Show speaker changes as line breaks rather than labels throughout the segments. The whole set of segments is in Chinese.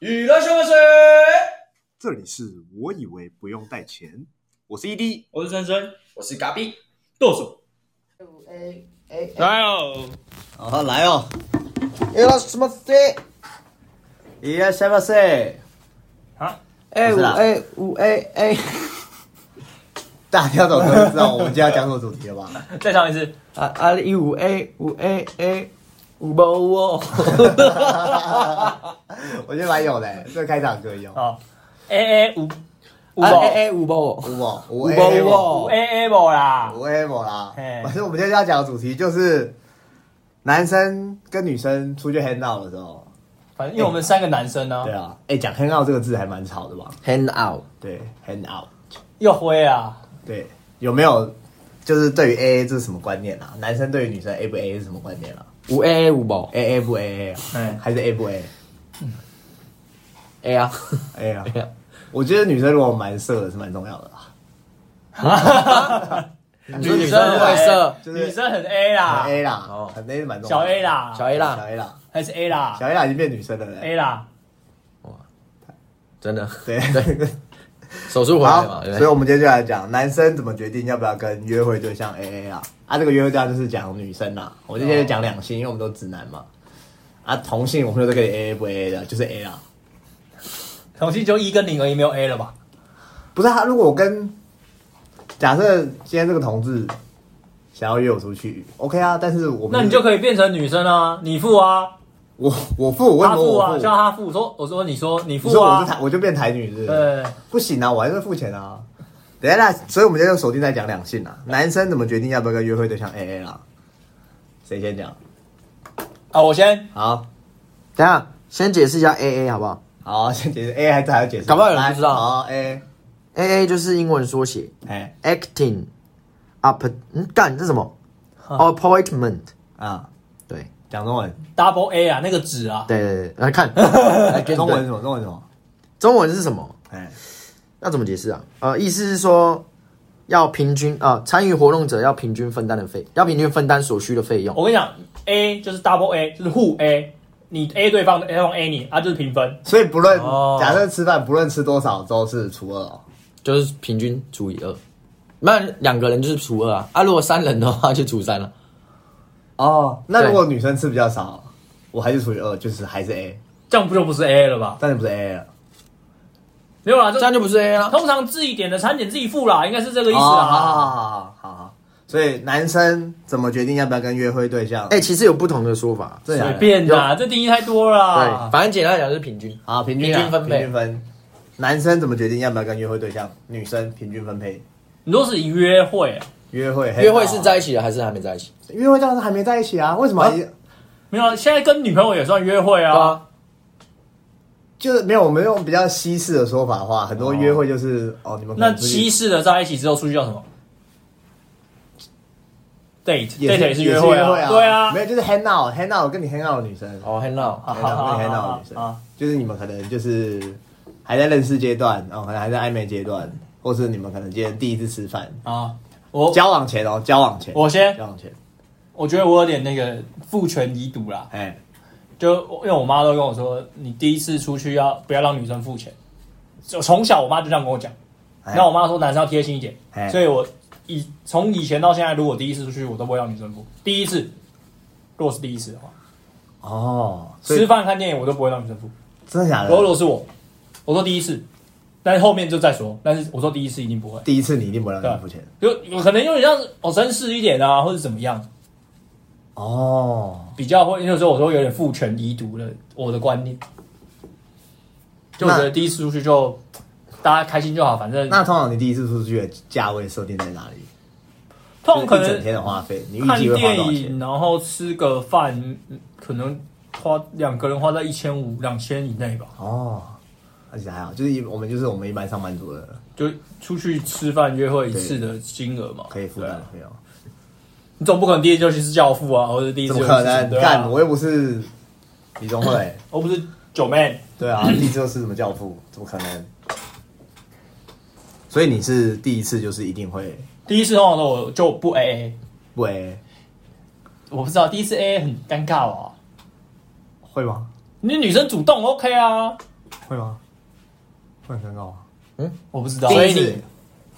娱乐新闻水，
这里是我以为不用带钱，我是 E ED，
我是森森，
我是嘎比，
剁手。
哎哎哎，
来哦，
哦，来哦，
哎了什么谁？
咿呀什么谁？
哎
不
五
是啦
A 五 A A，
大家早都知道我们今天要讲什么主题了吧？
再唱一次。
啊啊一五 A 五 A A 五毛哎哦，
我觉得蛮有的、这个开场可以哦。
好，A A 哎五五
啊
毛哎
A A 五毛哦，
五宝，五
五
A
五
毛哦，
A A 毛啦
五 A 宝啦。
嘿
反正我们今天要讲的主题就是男生跟女生出去 hang out 的时候，
反正因为我们三个男生呢
对，啊，哎、讲 hang out 这个字还蛮吵的吧？
很好，
对，hang out，
又灰啊，
对，有没有就是对于 A A 这是什么观念啊？男生对于女生 A 不 A 是什么观念啊
五 A 五毛
？A A 不 A A，、
嗯
还是 A 不 A？
，A 啊，
哎呀，我觉得女生如果蛮色的是蛮重要的啊啦。
你说女
生
生
很
会色，啊
就是
女生很 A 啦
啊很，A 啦
哦，
很 A 是蛮重要
哎小
的。
A 啦，
小 A
小
啦，
A 啦，
还是 A 啦
小 A 啦已经变女生了嘞。
，A 啦，
真的，
对，
手术回来嘛，
好，
对
所以
不对？
我们接下来讲男生怎么决定要不要跟约会对象 A A 啦。啊，这个约会对象就是讲女生啦，我就现在讲两性，因为我们都直男嘛。啊，同性我们就可以 A A 不 A A 的，就是 A 啦。
重新就一跟零而已，没有 A 了吧？
不是他，如果我跟假设今天这个同志想要约我出去，OK 啊，但是我们
那你就可以变成女生啊，你付啊，
我我付，我为什
他
么
付
我
啊，
付？
叫他付，说我说你说你
你
付
说我是
啊，
台，我就变台女是不是？
对，
不行啊，我还是会付钱啊。等一下啦，所以我们今天就锁定在讲两性啊，男生怎么决定要不要跟约会对象 A A 啦？谁先讲？
啊，我先，
好，
等一下先解释一下 A A 好不好
好， 先解释 A A 还是还要解释？
搞不好有人不知道
来好 A，
？A A 就是英文缩写
哎
，acting up，嗯，干这什么？appointment，
啊，
对
讲中 文，
Double A 啊，那个纸啊，
对对对，来 看，来哎给你
中文
对
什么？中文什么？
中文是什么？
哎，
那怎么解释啊？呃，意思是说要平均啊、呃参与活动者要平均分担的费，要平均分担所需的费用。
我跟你讲，A 就是 Double A，就是互 A，你 A 对方，对方 A 你，啊就是平分，
所以不论
哦
假设吃饭，不论吃多少都是除二哦。
就是平均除以二。那两个人就是除二啊，啊，如果三人的话就除三了。
哦，那
对
如果女生吃比较少，我还是除以二，就是还是 A，
这样不就不是 A 了吧？
但是不是 A 了？
没有啦，就啊
这样就不是 A 啊啦。
通常自己点的餐点自己付啦，应该是这个意
哦
思啊
好好
啦。
好好好好。所以男生怎么决定要不要跟约会对象？
哎、其实有不同的说法。
这
随
样
便啦，这定义太多
对，
啦。
反正简单来讲就是平均。
好，平均啊
平均分配
平均分。男生怎么决定要不要跟约会对象？女生平均分配。
你说是以约会啊？
约会，
约会是在一起了还是还没在一起？
约会，当然是还没在一起啊。为什么还？
没有，啊现在跟女朋友也算约会啊。
啊，
就是没有，我们用比较西式的说法的话，很多约会就是哦，你们可
那
能出去
西式的在一起之后出去叫什么？date
也
date 也是
是
会
也是
啊，对啊
没。有就是 hang out，hang out 跟你 hang out 的女生，
哦，hang on，
hang out 跟你 hang out 的
啊啊
女
啊啊
生，就是你们可能就是还在认识阶段，哦，可能还在暧昧阶段，或是你们可能今天第一次吃饭，
啊，我
交往前哦，交往前，
我先，
交往前，
我觉得我有点那个父权遗毒啦，
哎，
就因为我妈都跟我说，你第一次出去要不要让女生付钱？就从小我妈就这样跟我讲。
哎
那我妈说男生要贴心一点，
哎
所以我以从以前到现在，如果第一次出去，我都不会让女生付。第一次，如果是第一次的话，
哦，所
吃
以哎
饭看电影我都不会让女生付。
真的假
如果如
的？
果是我，我说第一次，但是后面就再说。但是我说第一次一定不会，
第一次你一定不能让
对
你付钱
有有可能有点像哦绅士一点啊，或者怎么样，啊
哦，
比较会。那时候我说有点父权遗毒了，我的观念。就我觉得第一次出去就大家开心就好，反正
那通常你第一次出去的价位设定在哪里？
通常可
就是一
能
整天的花费，你预
看
计会花多
电
少
影，
钱？
然后吃个饭，嗯可能花两个人花在一千五、两千以内吧。
哦，而且还好，就是一我们就是我们一般上班族的
就出去吃饭约会一次的金额嘛，
可以负担
对
的
啊。
费用，
你总不可能第一次就去吃教父啊，或者第一次
怎
就
么
去
可
吃
能？
对啊
干，我又不是李宗慧，
我不是九妹，
对啊，第一次就是什么教父，怎么可能？所以你是第一次就是一定会
第一次通常都我就不 A A，
不 A
我不知道第一次 A A 很尴尬啊。
会吗？
你女生主动 OK 啊，
会吗？会很尴尬吗？
我不知道。
啊所以
第一
你
次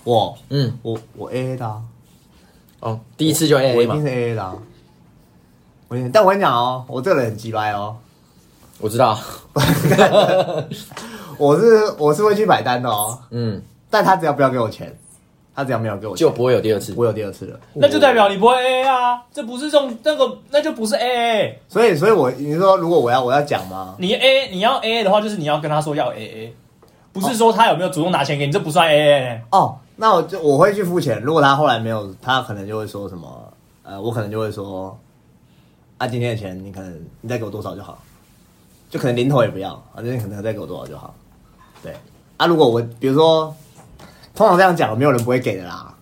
我
嗯，
我我 A A 的、啊，
哦，第一次就 A
我
A
一
嘛
定，是 A A 的、啊。我一定，但我跟你讲哦，我这个人很鸡掰哦，
我知道，
我是我是会去买单的哦，
嗯，
但他只要不要给我钱，他只要没有给我钱，
就不会有第二次
不。会有第二次了。
那就代表你不会 AA 啊，这不是这种那个，那就不是 AA。
所以，所以我你说如果我要我要讲吗？
你 AA 你要 AA 的话，就是你要跟他说要 AA，不是说他有没有主动拿钱给你，这不算 AA 呢。
哦，那我就我会去付钱。如果他后来没有，他可能就会说什么，呃，我可能就会说，啊，今天的钱你可能你再给我多少就好，就可能零头也不要，反正你可能再给我多少就好。对，啊，如果我比如说，通常这样讲，没有人不会给的啦。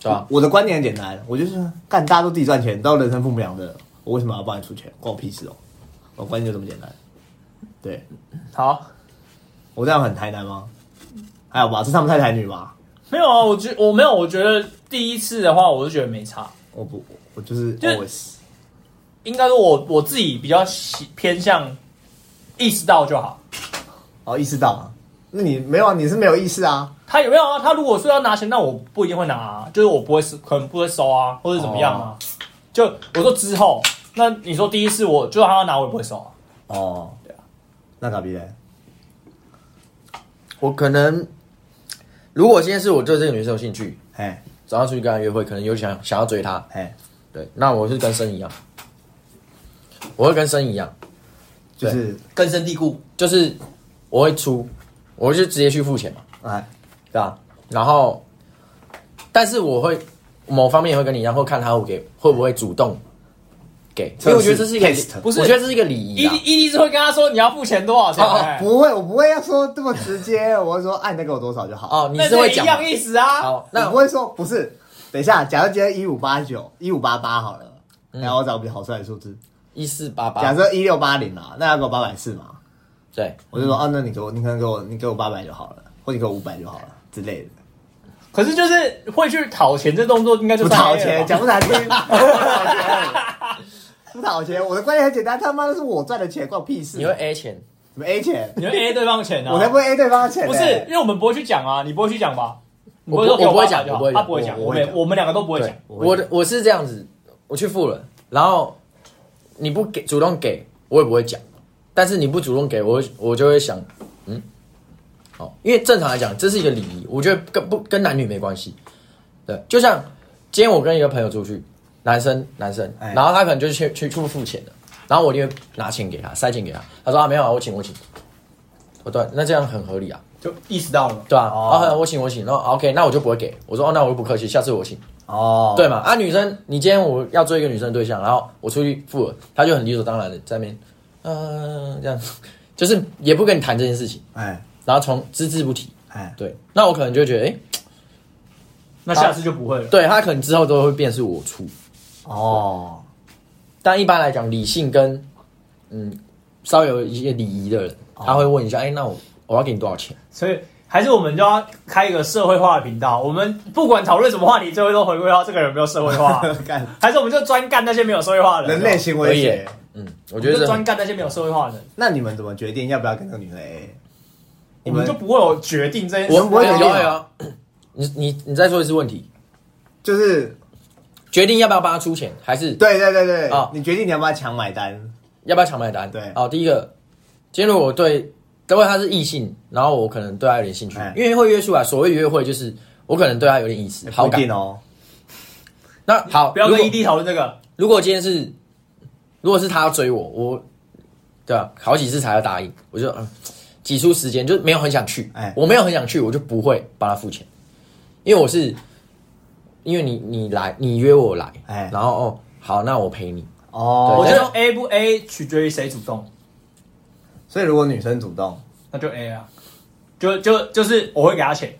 对吧？
我的观点很简单，我就是干，大家都自己赚钱，都人生父母养的，我为什么要帮你出钱？关我屁事哦！我观点就这么简单。对
好，
我这样很台南吗？还好吧，这他们太台女吧？
没有啊，我觉我没有，我觉得第一次的话，我就觉得没差。
我不，我我就是
就是
always。
应该说我我自己比较喜偏向意识到就好。
哦，意识到啊？那你没有啊？你是没有意识啊？
他有没有啊？他如果说要拿钱，那我不一定会拿、啊，就是我不会收，可能不会收啊，或者怎么样啊。就我说之后，那你说第一次我就算他要拿，我也不会收啊。
哦，对啊。那卡比嘞？
我可能，如果今天是我对这个女生有兴趣，
哎
早上出去跟她约会，可能有想想要追她，
哎，
对，那我是跟生一样，我会跟生一样，
就是
根深蒂固，就是我会出，我就直接去付钱嘛，
哎
对吧？然后，但是我会某方面也会跟你一样，会看他会给会不会主动给，因为我觉得这是一个
Test
不是
我觉得这是一个礼
一
仪啊
定。一定是会跟他说你要付钱多少钱、
哦
哎
不会，我不会要说这么直接， 我会说，哎，你再给我多少就好。
哦，你
那
是
这
会
一
讲
样意思啊。
好，那
我不会说不是。等一下，假设今天一五八九、一五八八好了，然后我找比较好算的数字，
一四八
假
八，
设一六八零嘛，那要给我八百四嘛，
对，
我就说，哦，那你给我，你可能给我，你给我八百就好了，或你给我五百就好了之类的。
可是就是会去讨钱这动作，应该就
不
是 AA
讨
了
钱，
吧
讲不难听，不讨钱，不讨钱。我的观点很简单，他妈的是我赚的钱，关我屁事。
你会 A 钱，
什么 A 钱？
你就 A 对方钱啊。
我才不会 A 对方的钱、
不是，因，为我们不会去讲啊，你不会去讲吧？你会
我
说
不我不会讲
给我
我不会
爸爸就
讲
好他不会讲，
我
我
我会
们
讲
我们两个都不会讲
对，。我的我是这样子，我去付了，然后你不给主动给我也不会讲，但是你不主动给我会，我就会想，嗯，好，因为正常来讲这是一个礼仪，我觉得跟不跟男女没关系，对，就像今天我跟一个朋友出去，男生男生，
哎
然后他可能就去去去付钱的，然后我一定会拿钱给他，塞钱给他，他说啊没有啊，我请我请，我对，那这样很合理啊，
就意识到了。
对啊，
哦
啊我请我请，然后 OK，那我就不会给，我说哦那我就不客气，下次我请。
哦，
对嘛？啊，女生，你今天我要追一个女生的对象，然后我出去付了，她就很理所当然的在那边，嗯、这样，就是也不跟你谈这件事情，
哎
然后从只字不提。
哎，
对，那我可能就会觉得，哎、
那下次就不会了。
对她可能之后都会变是我出，
哦，
但一般来讲，理性跟嗯稍微有一些礼仪的人，
哦
他会问一下，哎、那我我要给你多少钱？
所以还是我们就要开一个社会化的频道。我们不管讨论什么话题，最后都回归到这个人有没有社会 化。
干
还是我们就专干那些没有社会化的
人类行为
可以
学
耶。嗯，我
我
觉
们
得
就
这
专
很
干那些没有社会化的人，
那你们怎么决定要不要跟那个女生 A？
我
你
们
们
就不会有决定这件事。
我们不会
有
决定
有
啊
有， 你你你再说一次问题，
就是
决定要不要帮他出钱，还是
对对对对，
哦
你决定你要不要强买单？
要不要抢买单？
对
好，第一个，今天如果我对，如果他是异性，然后我可能对他有点兴趣，
哎
因为会约出来。所谓约会，就是我可能对他有点意思，好
不一
感。
定哦。
那好，
不要
如
跟
果
ED 讨论这个。
如果今天是，如果是他要追我，我对吧、好几次才要答应，我就嗯，挤出时间，就没有很想去。
哎
我没有很想去，我就不会帮他付钱，因为我是，因为你你来，你约我来，
哎
然后哦，好，那我陪你。
哦，
我
对
觉
但
得
是
A 不 A 取决于谁主动，
所以如果女生主动，
那就 A 啊。就就就是我会给他钱，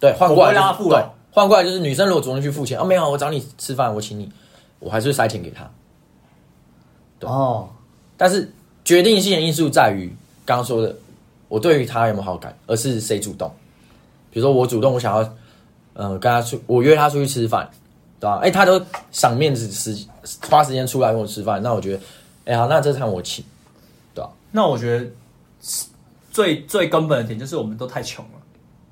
对，换过
我不会
来、就是、
让他付
对
了，
换过来就是女生如果主动去付钱，啊，没有，我找你吃饭，我请你，我还是会塞钱给她。对
哦，
但是决定性的因素在于刚刚说的，我对于她有没有好感，而是谁主动。比如说我主动，我想要，嗯、跟她出，我约她出去吃饭，对吧、哎、她都赏面子时花时间出来跟我吃饭，那我觉得，哎、好，那这餐我请，
那我觉得最最根本的点就是我们都太穷了，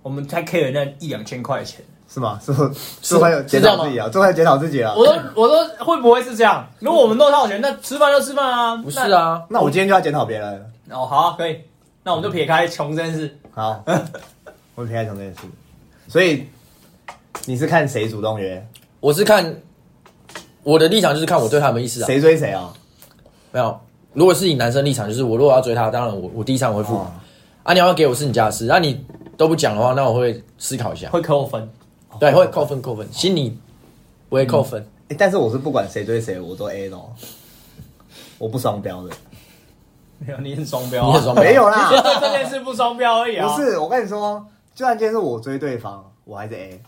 我们太 care 那一两千块钱。
是吗？是不是会有检讨自己啊？这会检讨自己啊？
我都 我都会不会是这样？如果我们都掏钱，那吃饭就吃饭啊。
不是啊，
那我今天就要检讨别人了。
那，哦好啊、可以。那我们就撇开穷这件事，
好， 我偏爱讲这件事，所以你是看谁主动约，
我是看我的立场就是看我对他们意思啊。
谁追谁啊？
没有，如果是以男生立场，就是我如果要追她，当然我我第一场我会付、
哦
啊，你要给我是你家的事，那、你都不讲的话，那我会思考一下，
会扣分。
对，会扣分扣分，心里我会扣分。
欸哦但是我是不管谁追谁，我都 A 的哦， 我不双标的。
没有，你很双标、啊，
你 很双标
没有
你就
啦，
对 这件事不双标而已啊。
不，是，我跟你说，就算今天是我追对方，我还是 A，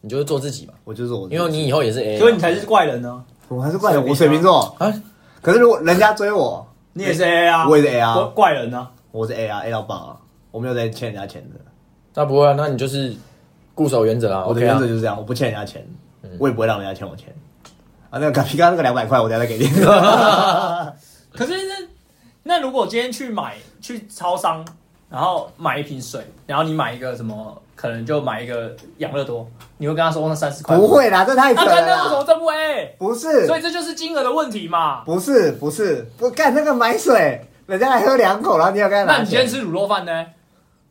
你就是做自己嘛，
我就是我自己，
因为你以后也是 A，
所以你才是怪人呢、
我还是怪我水瓶座。
啊，
可是如果人家追我，
你也是 A 啊，
我也是 A 啊
怪怪人呢、
我是 A 啊，A 到爆啊，我没有在欠人家钱的，
那不会啊，那你就是固守原则啊
我
嗯
的
，OK
原
啊
则，就是这样，我不欠人家钱，我也不会让人家欠我钱。啊，那个卡皮刚那个两百块，我等一下再给你。
可是那那如果今天去买去超商，然后买一瓶水，然后你买一个什么，可能就买一个养乐多，你会跟他说哦那三十块吗？
不会啦，这太
啊，
扯
干那
了
为什么
啦。
这不 A？
不是，
所以这就是金额的问题嘛。
不是不是，不干那个买水，人家还喝两口，然后你要跟他拿
那你今天
钱
吃卤肉饭呢？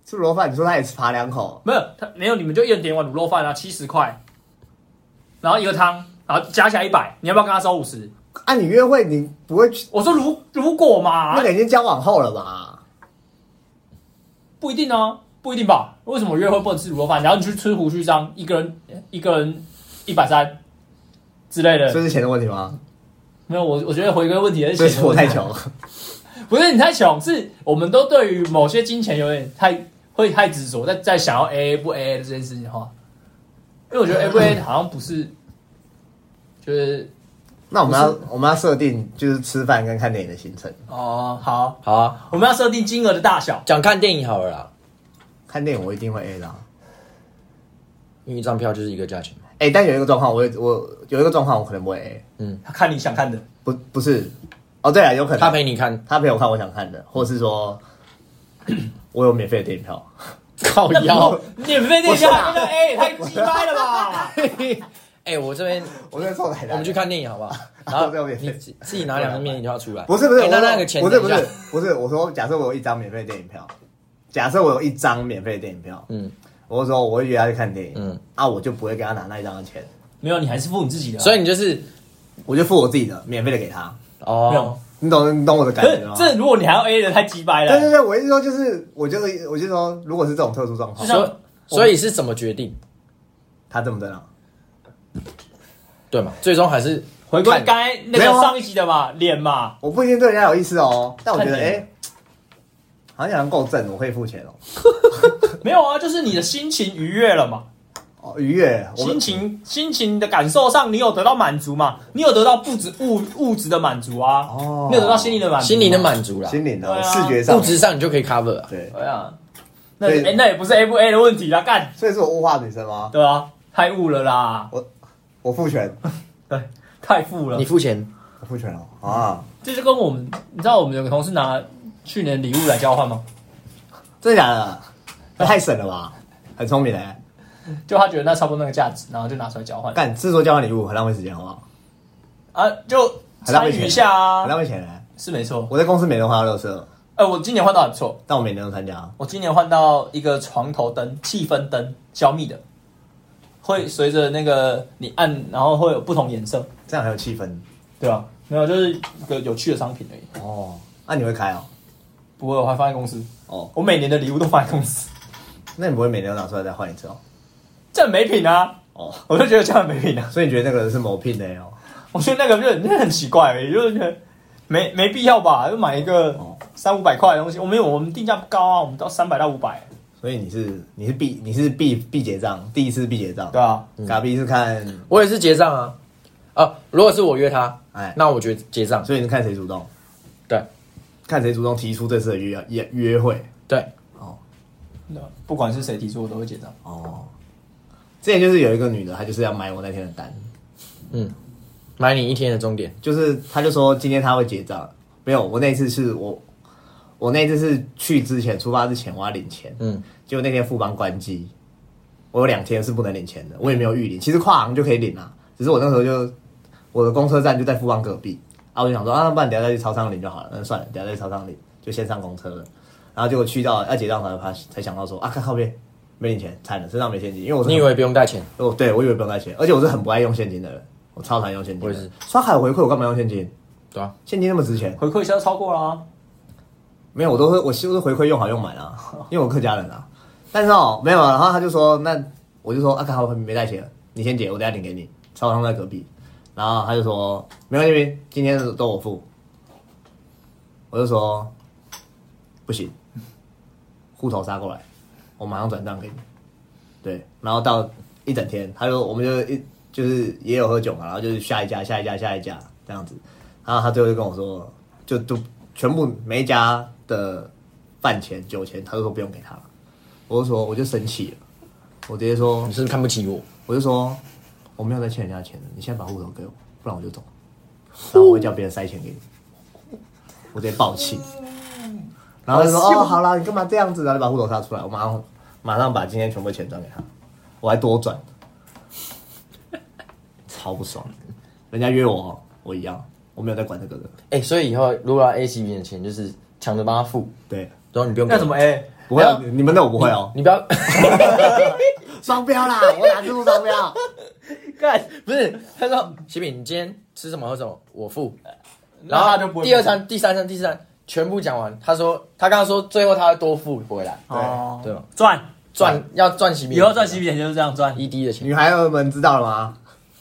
吃螺饭，你说他也是扒两口，
没有，他没有，你们就一人点一碗卤肉饭啊，七十块，然后一个汤，然后加起来一百，你要不要跟他收五十？
啊，你约会你不会去，
我说如如果嘛啊
那，个已经交往后了吧？
不一定啊，不一定吧？为什么约会不能吃卤肉饭？然后你去吃胡须章，一个人一个人一百三之类的。
所以是钱的问题吗？
没有，我我觉得回归问题还
所
是
以
钱
是
的
我
问题
太 穷，
不是你太穷，是我们都对于某些金钱有点太会太执着，在在想要 A A 不 A A 的这件事情的话，因为我觉得 A 不 A 好像不是，就是
那我们要我们要设定就是吃饭跟看电影的行程。
哦、好，
好啊，
我们要设定金额的大小，
讲看电影好了啦，
看电影我一定会 A 的啊、
因为一张票就是一个价钱嘛，
哎、但有一个状况，我我有一个状况我可能不会 A，
看你想看 的。
不不是，哦对了，有可能
他陪你 看，
他陪我看我想看的，或是说 我有免费的电影票。
靠
那
腰
不，免费那
不是
家
啊
那 A 太鸡掰了 吧？
哎，我这边
我在做奶奶，
我们去看电影好不好？然后
这样也
你自自己拿两张面饮就要出来，
不是不是，
哎
我
那
说
那个钱
不是
等
不
一下
是不是，我说假设我有一张免费电影票，假设我有一张免费电影票，
嗯
我就说我会约他去看电影，
嗯
啊，我就不会给他拿那一张的钱，
没有，你还是付你自己的啊、
所以你就是
我就付我自己的，免费的给他，
没有
哦，
你懂你懂我的感
可是
觉 吗？
这如果你还要 A 的，太鸡掰
对对
了。
对，我意思说就是，我就是我就说，如果是这种特殊状况
就，像
所以所以是怎么决定？
他这么的啦，
对嘛？最终还是
回归
看
刚才那
没有
个
啊
上一集的嘛，脸嘛，
我不一定对人家有意思哦，但我觉得
看你
哎、好像够正，我可以付钱哦，
没有啊，就是你的心情愉悦了嘛，
哦愉悦，我
心情心情的感受上，你有得到满足嘛？你有得到物质物物质的满足啊，
哦
你有得到心灵的满足，
心灵的，满足啦，
心灵的、
对啊
视觉上
物质上你就可以 cover 啊。
对，
对啊，那
所以
哎那也不是 A 不 A 的问题啦，干，
所以是我物化女生吗？
对啊，太悟了啦，
我付钱，
对，太富了
你，付钱，
我付钱了啊，
这就跟我们，你知道我们有个同事拿去年礼物来交换吗？
真的假的？那太省了吧，很聪明嘞、
就他觉得那差不多那个价值，然后就拿出来交换
干制作交换礼物很浪费时间，好不好？
啊，就
很浪
参
费钱
与一下
很浪
啊，
费钱嘞、
是没错。
我在公司每年花到六色，
哎、我今年换到很不错，
但我每年都参加。
我今年换到一个床头灯、气氛灯，消幂的，会随着那个你按，然后会有不同颜色，
这样很有气氛
对吧、没有，就是一个有趣的商品而已。
哦。那、你会开哦？
不过我还放在公司，啊
哦，
我每年的礼物都放在公司，
那你不会每年都拿出来再换一次哦？
这很没品啊！
哦，
我就觉得这样很没品啊！
所以你觉得那个人是某聘的哦？
我觉得那个就很就很奇怪而已，就是觉得没没必要吧，就买一个
哦
三五百块的东西。我们有我们定价不高啊，我们到三百到五百，
所以你是你是必你是必必结账，第一次必结账。
对啊，
嘎逼是看，
我也是结账啊。啊，如果是我约他，
哎，
那我觉得结账。
所以你是看谁主动，
对
看谁主动提出这次的约约约会。
对，
对啊不管是谁提出，我都会结账。
哦，之前就是有一个女的，她就是要买我那天的单，
嗯，买你一天的终点。
就是她就说今天她会结账，没有，我那一次是我我那次是去之前出发之前我要领钱，
嗯，
结果那天富邦关机，我有两天是不能领钱的，我也没有预领。其实跨行就可以领啊，只是我那时候就我的公车站就在富邦隔壁啊，我就想说啊，那不然等一下再去超商领就好了，那算了，等一下再去超商领，就先上公车了。然后结果去到要结账才发才想到说啊，看靠边没领钱，惨了，身上没现金，因为我是
你以为不用带钱？
哦，对我以为不用带钱，而且我是很不爱用现金的人，我超讨厌用现金的。
我也是
刷卡有回馈，我干嘛用现金？
对啊，
现金那么值钱，
回馈箱超过了啊，
没有，我都是我都是回馈用好用满啊，因为我客家人啊。但是哦，没有，然后他就说，那我就说啊，刚好没带钱，你先结，我等下领给你。超商在隔壁，然后他就说没关系，今天都我付。我就说不行，户头杀过来，我马上转账给你。对，然后到一整天，他就我们就一就是也有喝酒嘛，然后就是下一家下一家下一家这样子，然后他最后就跟我说，就都全部每一家的饭钱酒钱，他都说不用给他了，我就说我就生气了，我直接说
你是不是看不起我？
我就说我没有在欠人家钱的，你现在把户头给我，不然我就走，然后我会叫别人塞钱给你，我直接暴气。然后他就说：“哦，好啦，你干嘛这样子啊？你把户头拿出来，我马上马上把今天全部钱转给他，我还多转，超不爽。人家约我，我一样，我没有在管这个的。
哎、所以以后如果要 A C B 的钱，就是抢着帮他付，
对，
然后你不用给
那怎么哎 A？
不会，你们的我不会 哦，
你不要
双标啦，我哪知道双标？
干，不是他说喜饼，你今天吃什么喝什么，我付。
那
然
他
后
就不会
第二餐、第三餐、第四餐全部讲完，他说他刚刚说最后他要多付回来，
哦
对吗？
赚，
赚要赚喜饼，
以后赚洗米钱就是这样赚，
一滴的钱，
女孩们知道了吗？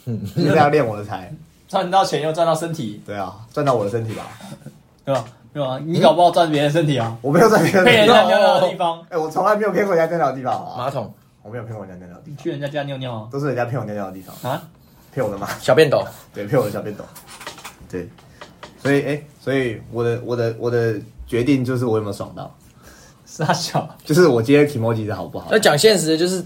就是要练我的财，
赚到钱又赚到身体，
对啊，赚到我的身体吧。
对吧？对吧？你搞不好赚别人身体啊，
我没有在骗
骗人家
人，
尿尿的地方，
哎，我从来没有骗过人家尿尿的地方啊，
马桶、
我没有骗过人家尿尿的地
你去人家家尿尿啊
方，都是人家骗我尿尿的地方，
啊？
骗我的妈。
小便斗，
对，骗我的小便斗。对，所以哎、所以我的我的我的决定就是我有没有爽到，
傻小，
就是我今天 e m o j i 的好不好
要？讲现实的就是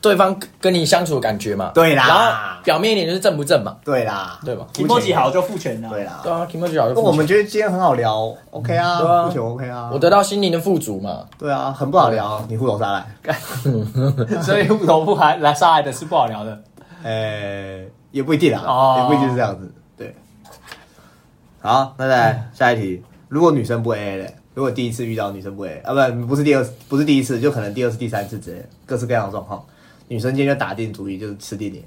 对方跟你相处的感觉嘛，
对啦
然后表面一点就是正不正嘛，
对啦，
对吧？
你摸几好就付钱了，
对，啦
对。啊 k i m o j i 老师
那我们觉得今天很好聊，OK
嗯
啊，
对啊
不球 OK 啊，
我得到心灵的富足嘛，
对啊，很不好聊，你户头杀来，
所以户头不还来杀来的是不好聊的。
呃、也不一定啊，
哦
也不一定是这样子，对。好，那再来下一题，如果女生不 AA 嘞，如果第一次遇到女生不 AA 啊，不不是第二次不是第一次，就可能第二次、第三次之类的各式各样的状况，女生今天就打定主意就是吃定你，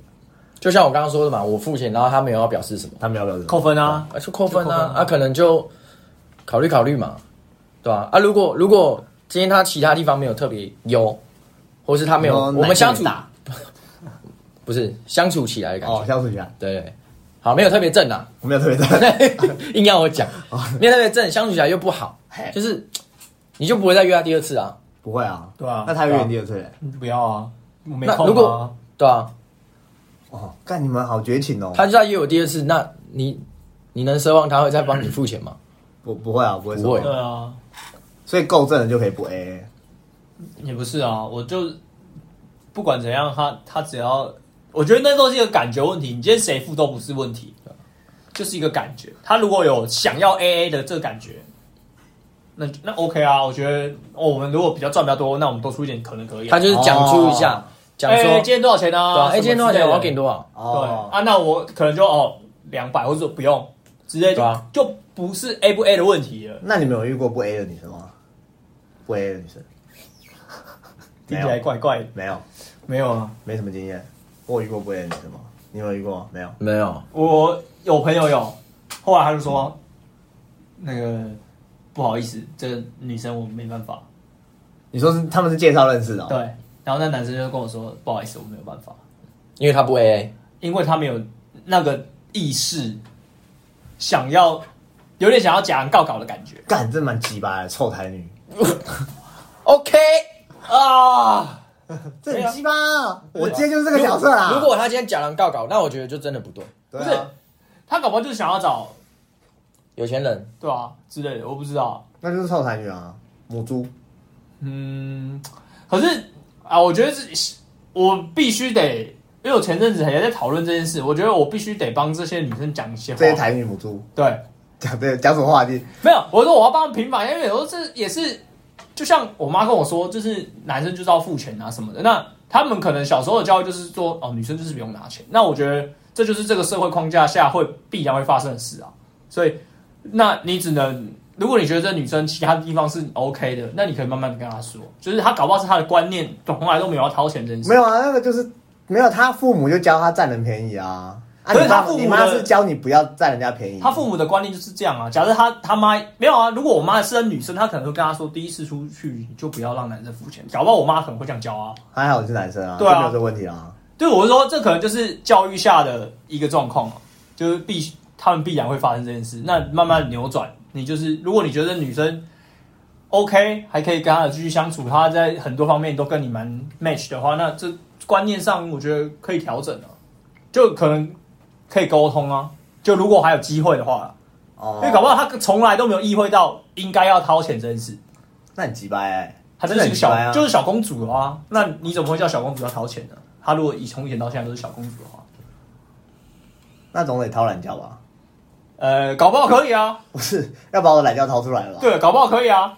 就像我刚刚说的嘛，我付钱，然后他没有要表示什么，
他们要不要
扣？分啊！
啊，就扣分
就扣分
啊
啊，
啊，可能就考虑考虑嘛，对吧、啊？如果如果今天他其他地方没有特别优，或是他没有
你说
我
哪
们相
一
处
个哦打
不是相处起来的感觉，
哦，相处一下，
对对对好，没有特别正啊，
我没有特别的，
硬要我讲，没有特别正，相处起来又不好
嘿，
就是你就不会再约他第二次啊，
不会啊，
对啊
那他有点第二次嘞，
你不要啊，我没
那
空
如
啊
果。对啊，
哦，干你们好绝情哦，
他就算约我第二次，那你你能奢望他会再帮你付钱吗？
不不会啊，不会说
不会
对啊，
所以够正的就可以不 AA，
也不是啊，我就不管怎样，他他只要，我觉得那都是一个感觉问题。你今天谁付都不是问题，
啊
就是一个感觉。他如果有想要 AA 的这个感觉，那那 OK 啊。我觉得、哦、我们如果比较赚比较多，那我们多出一点可能可以啊、
他就是讲出一下，讲
哎、
说，
今天多少钱呢、
对啊
啊？
哎，今天多少钱？我要给你
多。
多少？
对
哦，
啊，那我可能就哦两百，200或者不用，直接就、
对啊
就不是 A 不 A 的问题了。
那你们有遇过不 AA 的女生吗？不 AA 的女生
听起来怪怪的，
没有。
没有啊。
没什么经验。我有遇过不 A 的女生吗？你有遇过吗？没有。
没有，
我有朋友有，后来他就说，那个不好意思，这个女生我没办法。
你说是他们是介绍认识的、
对，，然后那男生就跟我说，不好意思，我没有办法，
因为他不 AA。
因为他没有那个意识，想要有点想要假洋告稿的感觉
干，这蛮鸡巴的，臭台女，
OK，
啊。
这很鸡巴、啊。我今天就是这个角色啦。
如果他今天假狼告稿，那我觉得就真的不对。
对
不是
啊，
他搞不好就是想要找
有钱人
对啊之类的，我不知道。
那就是臭台女啊，母猪。
嗯，可是啊，我觉得是，我必须得，因为我前阵子也在讨论这件事，我觉得我必须得帮这些女生讲一些话。
这些台女母猪，
对，
讲对讲什么话题？
没有，我说我要帮他们平反，因为有时候这也是，就像我妈跟我说，就是男生就是要付钱啊什么的。那他们可能小时候的教育就是说，哦，女生就是不用拿钱。那我觉得这就是这个社会框架下会必然会发生的事啊。所以，那你只能，如果你觉得这女生其他地方是 OK 的，那你可以慢慢的跟她说，就是她搞不好是她的观念从来都没有要掏钱这件事。
没有啊，那个就是没有啊他父母就教他占人便宜啊。啊，
可是
你妈
他父母
你妈
的
是教你不要占人家便宜。
他父母的观念就是这样啊。假设他他妈没有啊，如果我妈生女生，她可能会跟她说，第一次出去你就不要让男生付钱。搞不好我妈可能会这样教啊。
还好你是男生啊，
对啊
就没有这问题啊。
对，我是说，这可能就是教育下的一个状况嘛，啊就是必须他们必然会发生这件事。那慢慢扭转，你就是如果你觉得女生 OK，还可以跟她继续相处，她在很多方面都跟你蛮 match 的话，那这观念上我觉得可以调整啊，就可能可以沟通啊。就如果还有机会的话啦，啊
哦
因为搞不好他从来都没有意会到应该要掏钱这件事，
那很鸡掰欸，
她真的是个小、
真的很奇怪啊
就是小公主啊。那你怎么会叫小公主要掏钱呢？她如果以从以前到现在都是小公主的话，
那总得掏懒觉吧？
呃，搞不好可以啊，
不是要把我懒觉掏出来了吧？
对，搞不好可以啊。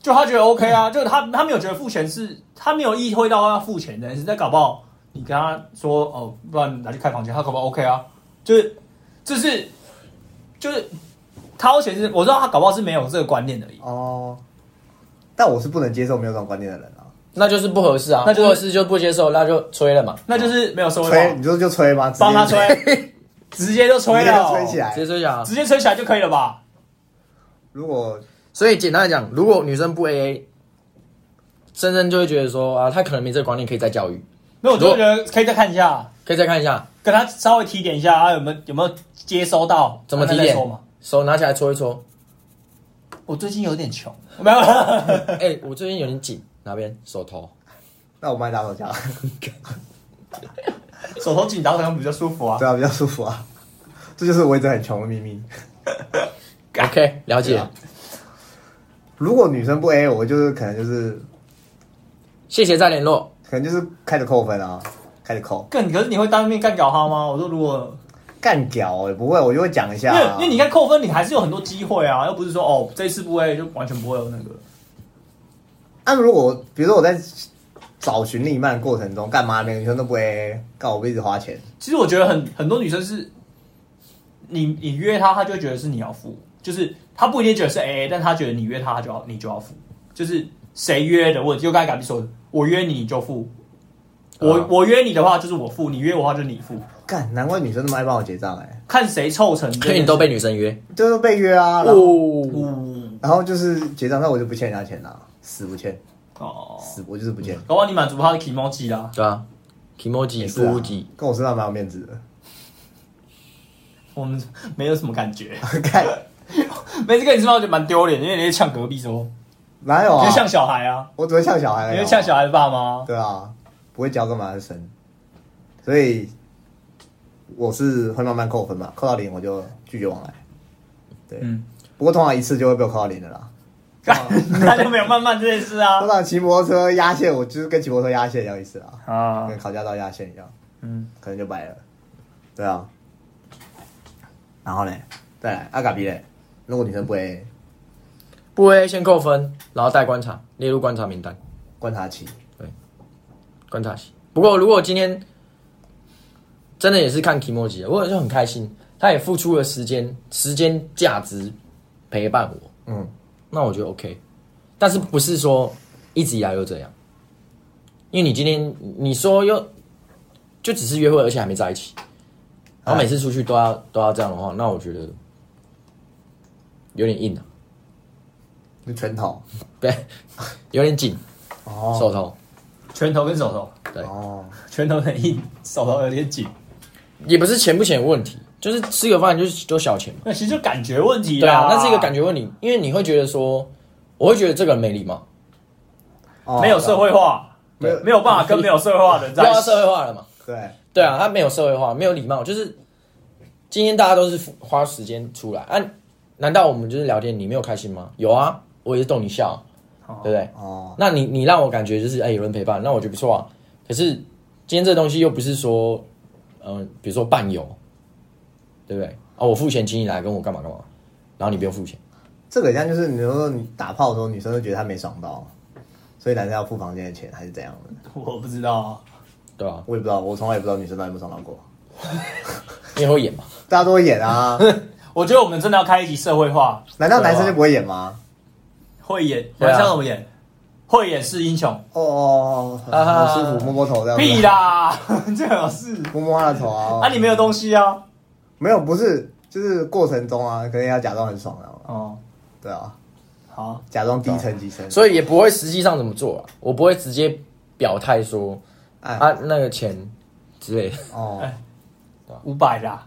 就他觉得 OK 啊，就他他没有觉得付钱是，他没有意会到要付钱的，是在搞不好你跟他说哦，不然拿去开房间，他搞不好 OK 啊，就是这是就是掏钱是，我知道他搞不好是没有这个观念而已。
哦，但我是不能接受没有这种观念的人啊。
那就是不合适啊，
那就是
不合适就不接受，那就吹了嘛，
那就是没有社会
吹，
化
你，说就吹吗？直接
帮他，吹， 直接就吹
直接
了，
就吹起，来
直。接吹讲啊。
直接吹起来就可以了吧？
如果
所以简单来讲，如果女生不 AA，深深就会觉得说啊，她可能没这个观念，可以再教育，
那我就觉得可以再看一下，
可以再看一下，
跟他稍微提点一下，啊，有没有有没有接收到？
怎么提
那再
点
说嘛？
手拿起来搓一搓。
我最近有点穷，没有啦。
哎、我最近有点紧，哪边？手头。
那我帮你打手枪，
手头紧打手枪比较舒服啊。
对啊，比较舒服啊。 这就是我一直很穷的秘密。
OK，了解。
啊如果女生不 A，我就是可能就是
谢谢再联络。
可能就是开始扣分啊，开始扣
更可是你会当面干掉他吗？我说如果，
干屌也、不会，我就会讲一
因
下、
为
啊。
因为你看扣分，你还是有很多机会啊，又不是说哦这次不会就完全不会有那个。
那、啊如果比如说我在找寻另一半的过程中，干嘛每个女生都不 A，干我不一直花钱？
其实我觉得很很多女生是，你你约她，她就会觉得是你要付，就是她不一定觉得是 A A，但她觉得你约她，她就要你就要付，就是谁约的问题。就刚才嘎比说的，我约你你就付，我、
啊
我约你的话就是我付，你约我的话就是你付，
干，难怪女生那么爱帮我结账哎、欸，
看谁凑成这件事。
所以你都被女生约。
就是被约啊，然后、
哦。
嗯
然后就是结账，那我就不欠人家钱啦、死不欠，
哦，
死我就是不欠。
搞不好你满足她的 e m o j i 啦。
对啊。Kimoji
是啊
Fuji，
跟我身上蛮有面子的。
我们没有什么感觉，
看，
每次跟你吃饭我觉得蛮丢脸，因为你在呛隔壁说，
哪有
你
啊
就？像小孩啊，
我只会像小孩而已
你
啊，
就呛小孩的爸
哎
妈。
对啊，不会教干嘛生，所以我是会慢慢扣分嘛，扣到零我就拒绝往来。对，
嗯，
不过通常一次就会被我扣到零的啦。
他就没有慢慢这件事啊
通。常骑摩托车压线，我就是跟骑摩托车压线一样意思啦，
啊
跟考驾照压线一样，
嗯，
可能就白了。对啊，然后嘞，再来阿嘎比嘞，如果女生不会
不 AA 先扣分，然后待观察，列入观察名单，
观察期，
观察期。不过如果今天真的也是看 Kimoji，的我就很开心，他也付出了时间、时间价值陪伴我，
嗯，
那我觉得 OK。但是不是说一直以来都这样？因为你今天你说又就只是约会，而且还没在一起，
哎
然后每次出去都要都要这样的话，那我觉得有点硬啊，
啊就拳头
对， 有点紧，
哦
手头
拳头跟手头，
哦，
拳头很硬，手头有点紧，
也不是钱不钱的问题，就是吃个饭就是就小钱嘛。
那其实就感觉问题
对啊
啦，。
那是一个感觉问题，因为你会觉得说，我会觉得这个人没礼貌，
哦
没有社会化，没
没有
有没有办法跟没有社会化的人
不
在
要
一起
社会化了嘛。
对，
对啊，他没有社会化，没有礼貌，就是今天大家都是花时间出来啊，难道我们就是聊天，你没有开心吗？有啊，我也是逗你笑，
哦
对不对？
哦，
那你你让我感觉就是哎、有人陪伴，那我觉得不错啊。可是今天这东西又不是说，呃哦嗯、比如说伴游，对不对？啊，我付钱请你来跟我干嘛干嘛，然后你不用付钱。
这个像就是你说你打炮的时候，女生会觉得她没爽到，所以男生要付房间的钱还是怎样的？
我不知道啊，
对啊，
我也不知道，我从来也不知道女生到底有没有爽到过。
你也会演嘛？
大家都会演 啊，
我觉得我们真的要开一集社会化，
难道男生就
啊
不会演吗？
会演，
对啊
晚上怎么演？会演是英雄，
哦哦，哦哦很舒服，摸摸头这样子。
啊屁啦， 这有事
摸摸他的头啊。
啊，你没有东西啊，
没有，不是，就是过程中啊，可能要假装很爽啊，
哦，
对啊，
好，
假装低沉几声。
所以也不会实际上怎么做啊，我不会直接表态说
哎
啊那个钱之类的，
哦，
哎五百啦，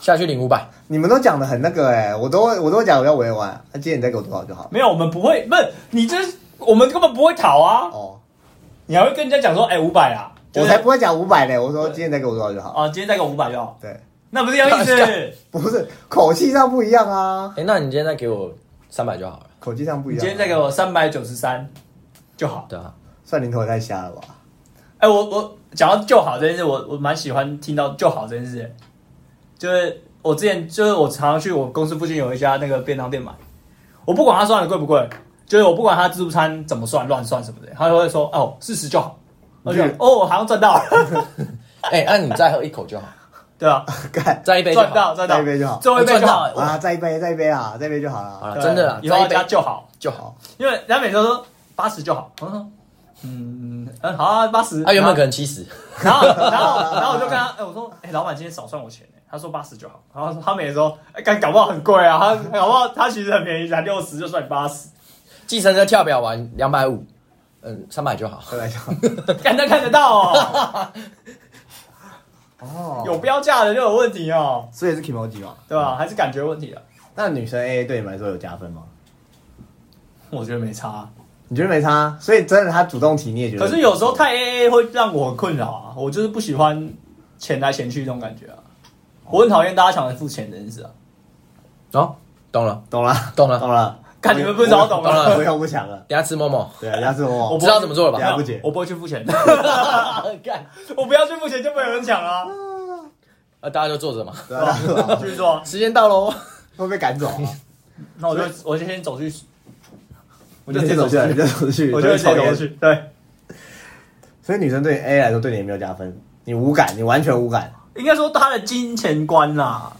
下去领五百，
你们都讲的很那个哎、我都我都讲得比较委婉，那、今天你再给我多少就好。
没有，我们不会，不是你这，我们根本不会讨啊，
哦，
你还会跟人家讲说，哎，五百啦，就
我
是
才不会讲五百嘞，我说今天再给我多少就好。
哦，今天再给我五百就好，
对，
那不是一样意 思，
不是口气上不一样啊，
哎、那你今天再给我三百就好了，
口气上不一
你
样、啊
今天再给，我三百九十三就好。
对啊，
算零头也太瞎了吧？
哎、我我讲到就好这件事，我我蛮喜欢听到就好这件事，就是我之前就是我常常去我公司附近有一家那个便当店买，我不管它算的贵不贵，就是我不管它自助餐怎么算乱算什么的，他就会说哦四十就好，我就想哦我好像赚到 了，
哎、那、你再喝一口就好，
对啊，
干，
再一杯就
赚
好，
到赚到
再一杯就好
最后一杯就好，
赚到
啊，再一杯，再一杯啊，再一杯就好
好
了。
了，真的啦，
以后
再
要
一杯
加就好，
就好。
因为人家每次都说八十就好，我说嗯嗯好啊八十，
他、原本
然后
可能七十，
然后，然后，然后我就跟他，哎、我说，哎、老板今天少算我钱、哎，他说八十就好。然后他们也说，哎、干搞不好很贵啊，他搞不好他其实很便宜，才六十就算八十，
计程车跳表完两百五，嗯，三百就好。
再来就好。
干他看得到哦，
哦，
有标价的就有问题哦，
所以是 k i m o j i 嘛？
对吧？还是感觉问题了，啊
那女生 AA 对你们来说有加分吗？
我觉得没差。
你觉得没差？啊所以真的他主动提你也觉得？
可是有时候太 A A 会让我很困扰啊，我就是不喜欢钱来钱去这种感觉啊，我很讨厌大家抢着付钱这件事啊。
哦，懂了，
懂了，
懂了
懂了，
啊看你们不早懂
了
我不用不想了。
等下吃 某某，
对，人家是我
我
知道怎么做了
等下
吧？
不解
啊我不会去付钱，
干，
我不要去付钱就没有人抢啊。
啊，大家就坐着嘛。
对啊，对啊
继续说啊，
时间到喽，
会被赶走啊，
那我就我就先走去，我
我
就
直
先
接走
走
去，
去，
你就走 去，
我就
你
先
抽
走
烟。
去。对，
所以女生对 A 来说对你也没有加分，你无感，你完全无感。
应该说他的金钱观啦、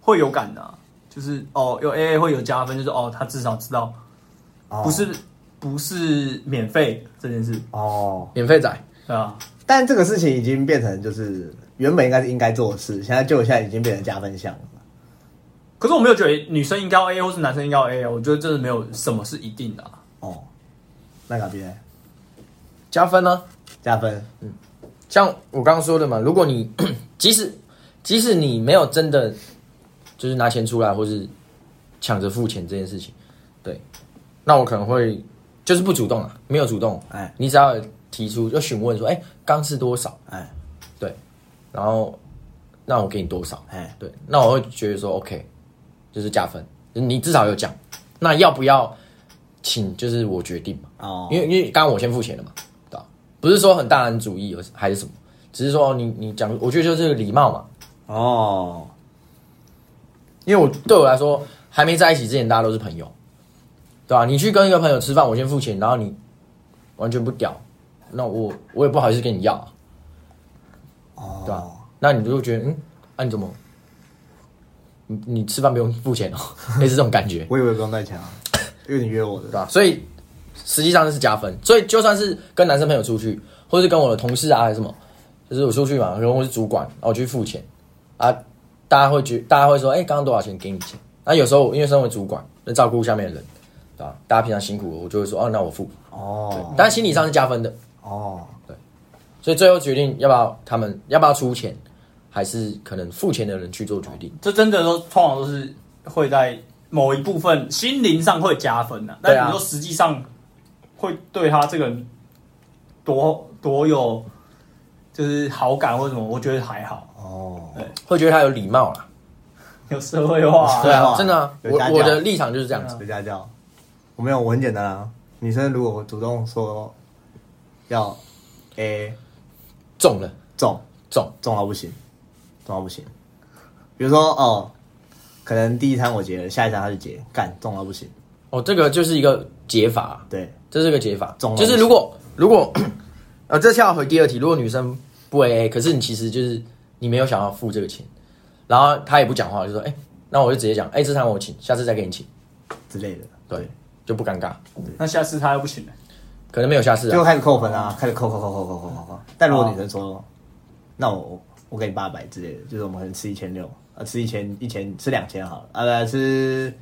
会有感的、啊就是哦，有 A A 会有加分，就是哦，他至少知道
哦
不是、不是免费这件事，
哦，
免费仔，
对啊，
但这个事情已经变成就是原本应该是应该做的事，现在就现在已经变成加分项了。
可是我没有觉得女生应该要 A A 或是男生应该要 A A，我觉得真的没有什么是一定的、啊。
哦，那个别
加分呢？
加分，
像我刚刚说的嘛，如果你 即使即使你没有真的就是拿钱出来，或是抢着付钱这件事情，对，那我可能会就是不主动啊，没有主动，
哎
你只要提出就询问说，哎，刚是多少？
哎
对，然后那我给你多少？
哎，
对，那我会觉得说 OK，就是加分，你至少有讲。那要不要请？就是我决定嘛，
哦，
因为因为刚刚我先付钱了嘛，对吧？不是说很大男子主义还是什么，只是说你你讲，我觉得就是礼貌嘛。
哦，
因为我对我来说，还没在一起之前，大家都是朋友，对吧、你去跟一个朋友吃饭，我先付钱，然后你完全不屌，那我我也不好意思跟你要、啊，
哦，
啊
对吧、那你就会觉得，嗯，啊你怎么，你你吃饭不用付钱哦， 类似这种感觉。
我以为不用带钱啊，因为你约我的，
对吧、所以实际上是加分。所以就算是跟男生朋友出去，或是跟我的同事啊，还是什么，就是我出去嘛，然后我是主管，然后我去付钱啊，大家会觉，大家会说，哎、刚刚多少钱？给你钱。那、有时候我因为身为主管，那照顾下面的人，对吧、大家平常辛苦，我就会说，哦，那我付。
哦
但心理上是加分的，
哦，
所以最后决定要不要他们要不要出钱，还是可能付钱的人去做决定。
这真的都通常都是会在某一部分心灵上会加分的、啊，但
对啊
你说实际上会对他这个人多多有就是好感或什么，我觉得还好，
哦，
会觉得他有礼貌啦，
有社会化、
对
啊。
啊，真的、啊，
有
我
家教
我的立场就是这样子，
回家教。我没有，我很简单啊。女生如果主动说要 A
中了
中
中，
中到不行，中到不行。比如说哦，可能第一餐我结了，下一餐他就结，干重到不行。
哦，这个就是一个解法，啊
对，
这是一个解法
中，了
就是如果如果 呃，这下回第二题，如果女生不 AA，可是你其实就是你没有想要付这个钱，然后她也不讲话，就说哎、那我就直接讲，哎、这餐我请，下次再给你请，
之类的，
对，就不尴尬，
那下次他又不请了，
可能没有下次
最后
啊，
开始扣分啊，开始扣扣扣扣扣扣扣扣。但
哦
如果女生说，那我我我给你八百之类的，就是我们可能吃一千六，啊，吃一千一千吃两千好了，啊，吃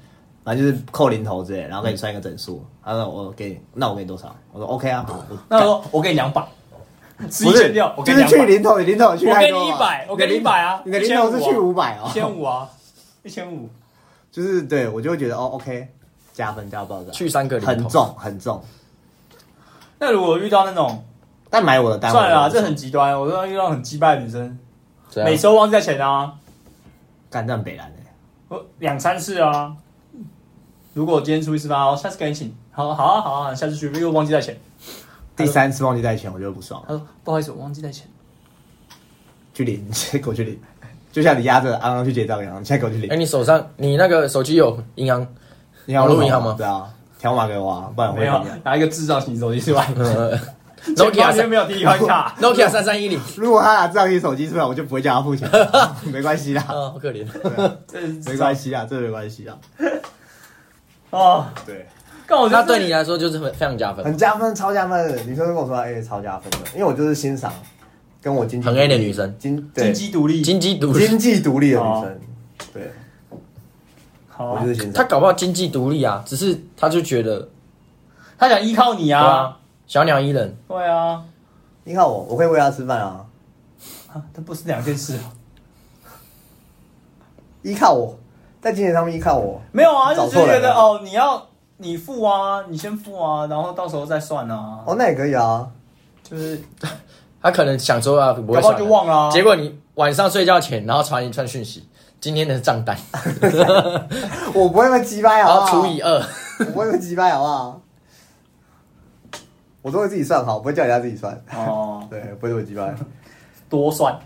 反正就是扣零头之类的，然后给你算一个整数，啊，那我给你，那我给你多少？我说 OK 啊，好，我
那我说我给你两百，吃一
不是
千六，我给
就
你
是去
两
零头，你零头去
我
太
给
多
你
了
一百，我给你一百啊，
你的零头是去五百哦
一，千五啊，一千五，
就是对我就会觉得哦 OK 加分加爆炸，
去三个零头
很重很重，
那如果遇到那种
但买我的单
算了
我
啦，
就
这很极端，我说遇到很击败的女生，
怎
每
样？
周忘记带钱啊，
干站北兰的，
我哦两三次啊。如果我今天出去吃饭，哦，下次给你请，好好啊好啊，下次去又忘记带钱。
第三次忘记带钱，我就会不爽了。
他说不好意思，我忘记带钱。
去领， 结果去领，就像你压着安安去结账一样，你现在给我去领
哎、。你手上你那个手机有银行
你要我
网络银行吗
对啊，条码给我啊，不然我会
没有
怎样？，
拿一个智障型手机出 来， 然后
呃 Nokia
完全
三
没有啊提款卡。
Nokia 三三一零，
如果他拿这张你手机出来，我就不会叫他 付钱，没关系啦，
啊，好可怜。
这是智
没
障
关系啊，这没关系啊，
哦，
对，
干我 就
那
是
对你来说就是很非常加分，
很加分，超加分的。女生跟我说，哎、超加分的，因为我就是欣赏跟我经济
很 A 的女生
经对
经济独立。
经济独立，
经济独立的女
哦
生，对
好
哦
我
啊
就，是欣
她
赏。
搞不好经济独立啊，只是她就觉得
他想依靠你
对
啊，
啊，小鸟依人，
对啊，
你看我，我可以喂她吃饭啊，
啊，这不是两件事。啊
依靠我，在金钱上面依靠我，
没有啊，就
找
是
错
觉
人
得
了
哦，你要你付啊，你先付啊，然后到时候再算啊，
哦，那也可以啊，
就是
她可能想说啊，不
搞不
会
好
算
就忘了啊。
结果你晚上睡觉前，然后传一串讯息，今天的账单，
哎
我不会那么鸡掰
然
好不
后
好？
除以 二，
我不会那么鸡掰好不好？我都会自己算好，不会叫人家自己算。
哦，
对，不会这么鸡掰。
多算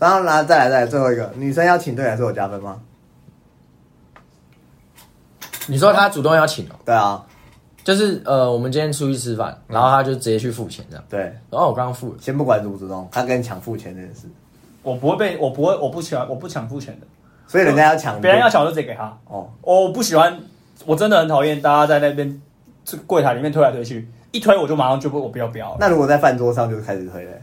然后来再来再来最后一个，女生要请对来说有加分吗？
你说她主动要请哦，
对啊，
就是呃，我们今天出去吃饭，然后她就直接去付钱这样，
对，
然后我刚刚付了，
先不管主不主动，她跟你抢付钱这件事，
我不会被，我不会，我不喜欢，我不抢付钱的，
所以人家要抢，
别人要抢就直接给他。
哦，
我不喜欢，我真的很讨厌大家在那边这柜台里面推来推去，一推我就马上就不我不要不要了。
那如果在饭桌上就开始推嘞，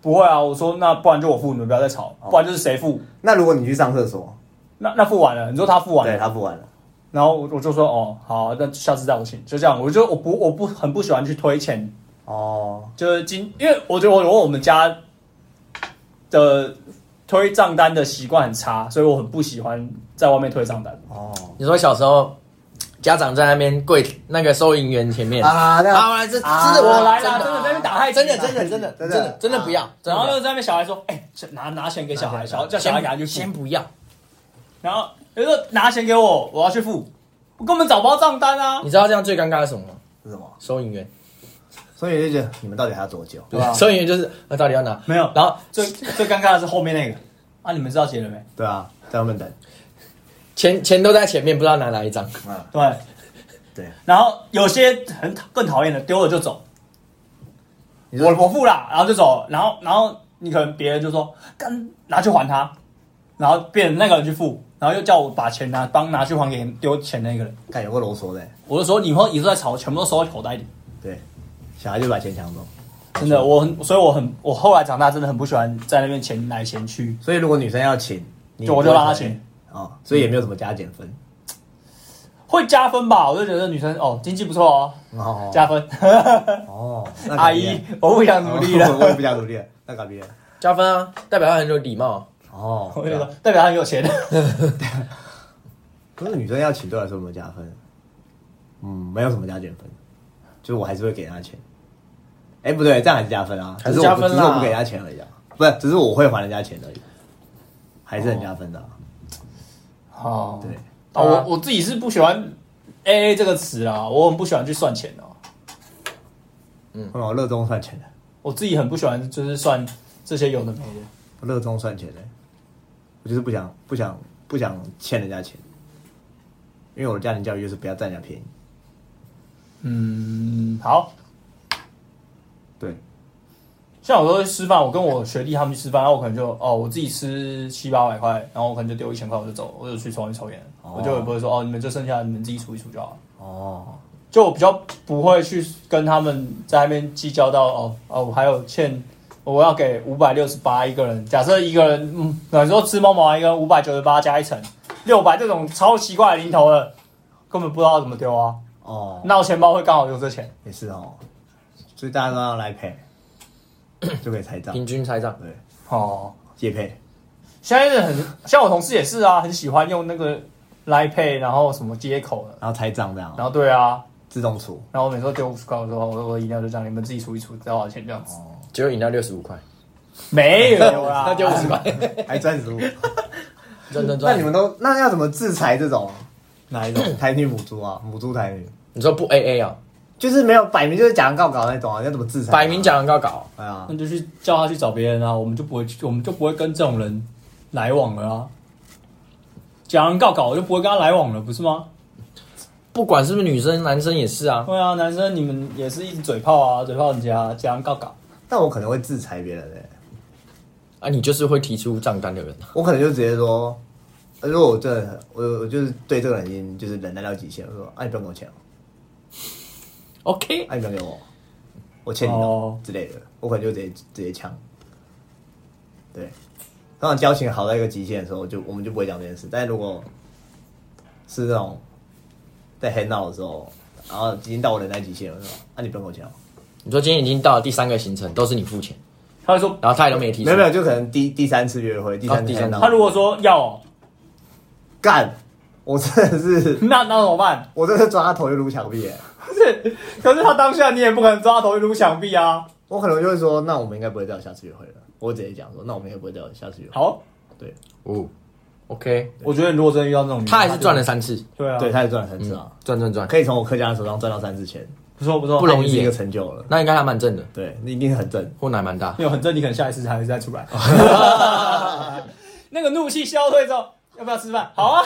不会啊，我说那不然就我付，你们不要再吵，不然就是谁付。
那如果你去上厕所，
那那付完了，你说他付完
对
了，
她不玩了，
然后我我就说哦好，那下次再我请，就这样。我就我哦不我不很不喜欢去推钱
哦，
就是今，因为我觉得我我我们家的推账单的习惯很差，所以我很不喜欢在外面推账单。
哦，
你说小时候。家长在那边柜那个收银员前面
啊那
啊，这真
啊
的
我来
真
啦，
的
真的在那边打太极
真
啦
的真的真的
真的
真的真的不要，真
啊然
的
后
不
又
要
在那边小孩说，哎、这拿拿钱给小孩，
拿钱
小孩叫小孩给他去
先
付，
不要，
然后就说拿钱给我，我要去付，我根本找不到账单啊
你，知道这样最尴尬的是什么吗？
是什么？
收银员，
所以就觉得你们到底还要多久？
对吧？啊
收银员就是那到底要拿？
没有，
然后
最最尴尬的是后面那个啊，你们知道结了没？
对啊，在外面等，
钱钱都在前面，不知道拿哪一张。
啊，
对
对。
然后有些很更讨厌的，丢了就走。
你
我
说
我付啦，然后就走了，然后然后你可能别人就说干拿去还他，然后变成那个人去付，然后又叫我把钱拿帮拿去还给丢钱那个人，
看有个啰嗦的，
我就说你以后以后再吵，全部都收在口袋里，
对，小孩就把钱抢走。
真的，我很所以我很我后来长大真的很不喜欢在那边钱来钱去，
所以如果女生要请，你
就我就让她请
哦，所以也没有什么加减分
会加分吧？我就觉得女生哦经济不错哦，
哦
加分，
哦，那
阿
改变
姨哦 我不想努力了，
我也不想努力了，那改变
加分啊，代表他很有礼貌啊。
哦
我就说代表他很有钱，
可是女生要请对我来说有没有加分？嗯，没有什么加减分，就是我还是会给她钱。哎、不对，这样还是加分啊，
还
只是
是
我
加
不
分啦
只是我不给她钱而已啊，不是，只是我会还人家钱而已，还是很加分的啊、
哦，
对，
啊，我我自己是不喜欢 A A 这个词啦，我很不喜欢去算钱哦。
我哦老热衷算钱的，啊
我自己很不喜欢，就是算这些有的没的。
我热衷算钱的，我就是不想不想不想欠人家钱，因为我的家庭教育就是不要占人家便宜。
嗯，好，
对，
像我都会吃饭，我跟我学弟他们去吃饭，然后我可能就哦，我自己吃七八百块，然后我可能就丢一千块，我就走，我就去抽烟抽烟，我就也不会说哦，你们就剩下你们自己数一数就好了。
哦，
就我比较不会去跟他们在那边计较到哦哦，我还有欠，我要给五百六十八一个人。假设一个人，嗯，那你说吃猫毛一个五百九十八加一层六百这种超奇怪的零头的，根本不知道怎么丢啊。
哦，
那我钱包会刚好有这钱，
也是哦，所以大家都要来配，就可以拆账。
平均拆账，
对，啊
哦。
借配
现在是很像我同事也是啊，很喜欢用那个 Line Pay，然后什么接口的，
然后拆账这样
然
哦，
后对啊，
自动除。
然后我每次都丢五十块，我说哦我我饮料就这样，你们自己出一出多少钱这样子，
结果饮料六十五块，
没有啦，
哦
那就五 十块，
还赚十五。
赚赚赚。
那你们都那要怎么制裁这种
哪一种？
台女母猪啊？母猪台女
你说不 A A 啊？
就是没有摆明就是假人告稿那种啊？要怎么制裁啊？
摆明讲人告搞，
哎呀
啊那，就去叫他去找别人啊，我们就不会去，我们就不会跟这种人来往了啊。讲人告搞，我就不会跟他来往了，不是吗？
不管是不是女生，男生也是啊。
对啊，男生你们也是一直嘴炮啊，嘴炮人家，讲人告搞。
但我可能会制裁别人欸
啊，你就是会提出账单的人。啊
我可能就直接说，呃如果我真的很我我就是对这个人已经就是忍耐到极限，我说啊你不用给我钱哦，
OK，
啊你不用给我，我欠你的
哦
哦之类的，我可能就直接直接呛。对，当然交情好到一个极限的时候，就我们就不会讲这件事。但是如果是那种在很闹的时候，然后已经到我忍耐极限了，我说啊你不用给我钱哦，
你说今天已经到了第三个行程，都是你付钱，
他会说，
然后他也都没提出。
没有没有，就可能第第三次约会，第三
哦
次
第
很
三
闹、
他如果说要哦，
干，我真的是
那那怎么办？
我真的是抓他头就撸墙壁欸。
可是可是他当下你也不可能抓他头去撸墙壁啊。
我可能就会说，那我们应该不会再有下次约会了。我直接讲说，那我们应该不会再有下次约会。
好，
对，
哦，OK，
我觉得你如果真的遇到这种女生，
他还是赚了
就，
三次，
对啊，
对，他也赚了三次啊，
赚赚赚，
可以从我客家人手上赚到三次钱，
不错不错，
不容易
这是一
耶
个成就了。
那应该还蛮正的，
对，那一定很正。
或奶蛮大。
没有很正，你可能下一次还会再出 来。那个怒气消退之后，要不要吃饭？好啊。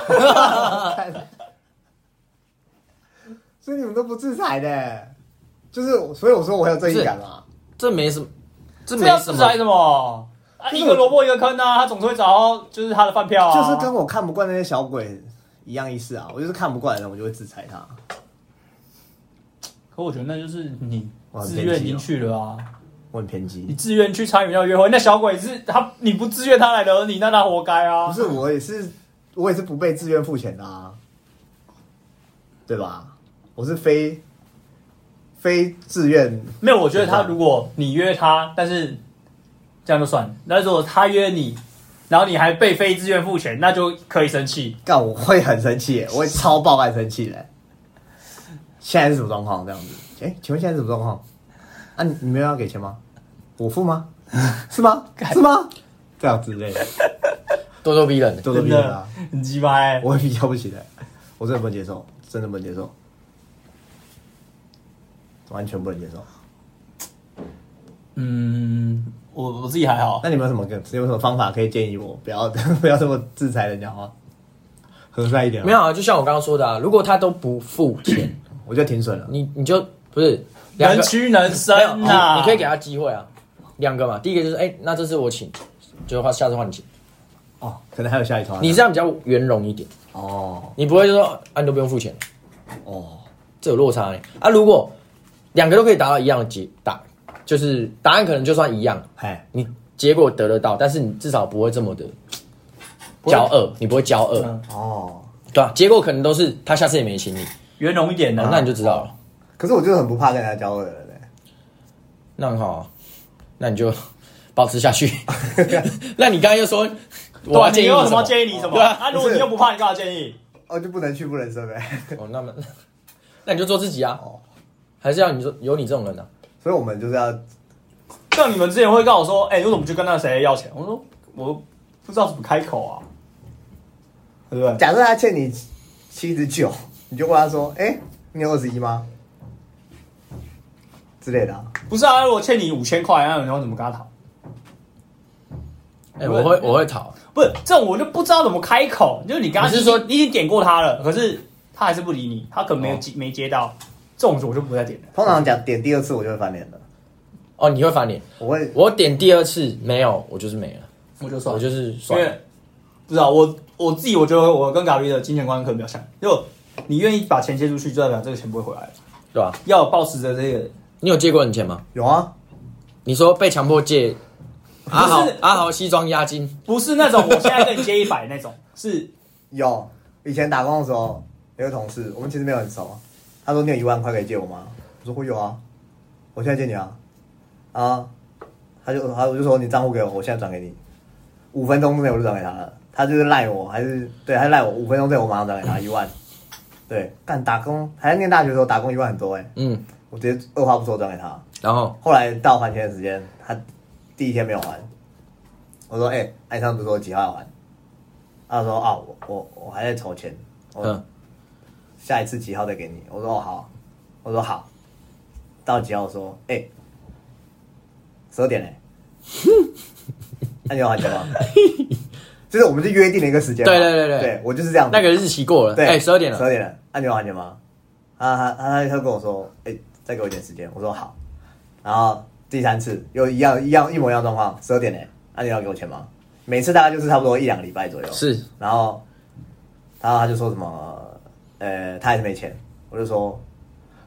所以你们都不制裁的，就是我所以我说我很有正义感嘛。
这没什么，这
这
没
要
什
制
么
裁。什么？啊，
就是
一个萝卜一个坑啊，他总是会找到就是他的饭票啊。
就是跟我看不惯那些小鬼一样意思啊，我就是看不惯的人，我就会制裁他。
可我觉得那就是你
哇
自愿已经去了啊，
我很偏
你
激，
自愿去参与那约会，那小鬼是他，你不自愿他来惹你，那他活该
不
啊。
是我也是，我也是不被自愿付钱的啊，对吧？我是非非自愿
没有，我觉得他如果你约他，但是这样就算了。那如果他约你，然后你还被非自愿付钱，那就可以生气。
干我会很生气耶，我会超爆肝生气嘞。现在是什么状况？这样子？哎、请问现在是什么状况？啊，你你没有要给钱吗？我付吗？是吗？是吗？这样之类的，
咄咄逼人的，
咄咄
真
逼人啊
的！很鸡欸掰、
我会比较不起来，我真的不能接受，真的不能接受，完全不能接受。
嗯，我我自己还好，
那你们有什么更有什么方法可以建议我不要 不要这么制裁人家吗？和善一点，
没有，啊，就像我刚刚说的啊，如果他都不付钱，
我就停损了。
你你就不是两
能
个
屈啊能伸
没有，你
呐、
你可以给他机会啊，两个嘛，第一个就是哎，那这次我请，就换下次换你请，
哦，可能还有下一团。
你这样比较圆融一点，
哦
你不会就说啊你都不用付钱，
哦，
这有落差呢。啊，如果两个都可以达到一样的结答，就是答案可能就算一样，
哎，
你结果得得到，但是你至少不会这么的骄傲，你不会骄傲，
嗯
哦。
对吧、啊结果可能都是他下次也没请你，
圆融一点啊的、
那你就知道了，
可是我就是很不怕跟人家交恶的人欸、
那很好啊，那你就保持 下去。 那你刚刚又说我要建议
对啊你有什么
么？
建议你什么？
对啊
啊，如果你又不怕，你干嘛建议？
哦，就不能去不能生呗、
哦，那么 那你就做自己啊
哦，
还是要你说有你这种人啊，
所以我们就是要
像你们之前会告我说，哎、为什么去跟那谁要钱？我说我不知道怎么开口啊，对不对？
假设他欠你七十九，你就问他说：“哎、你有二十一吗？”之类的啊、
啊不是啊，如果欠你五千块，那你要怎么跟他讨？
哎、我会我会逃，
不是这种我就不知道怎么开口。就是你刚刚
你是说哦
你已经点过他了，可是他还是不理你，他可能没有接、没接到，这种我就不再点了。
通常讲点第二次我就会翻脸的，
哦，你会翻脸。
我会
我点第二次没有，我就是没了，
我就
啊
算
我
了，
就是
因
算了
为。不知道我我自己，我觉得我跟 Gary 的金钱观可能比较像，就你愿意把钱借出去，就代表这个钱不会回来了。
对吧、
要保持着这个，
你有借过人钱吗？
有啊，
你说被强迫借阿豪
不是
阿豪西装押金，
不是那种我现在跟你借一百那种， 是
有。以前打工的时候，有个同事，我们其实没有很熟，啊他说你有一万块可以借我吗？我说我有啊，我现在借你啊，啊，他就他我就说你账户给我，我现在转给你，五分钟之内我就转给他了。他就是赖我，还是对，他赖我五分钟之内我马上转给他一万。对，干打工还在念大学的时候打工一万很多哎、
嗯，
我直接二话不说转给他。
然后
后来到还钱的时间，他第一天没有还，我说：“哎、哎，上次说几号要还？”他说：“啊，我我我还在筹钱，我、
嗯，
下一次几号再给你。”我说：“哦，好。”我说：“好。”到几号？我说：“哎、十二点 嘞、那你有还钱吗？就是我们是约定了一个时间嘛，
对对对对
对，我就是这样子。
那个日期过了，
对，
哎，十二点
十
了
二，点了，那、你有还钱吗？啊，他他他他跟我说，哎、再给我一点时间，我说好，然后第三次又一样一样一模一样的状况，十二点嘞，那、你要给我钱吗？每次大概就是差不多一两个礼拜左右，
是
然后，然后他就说什么，呃，他还是没钱，我就说，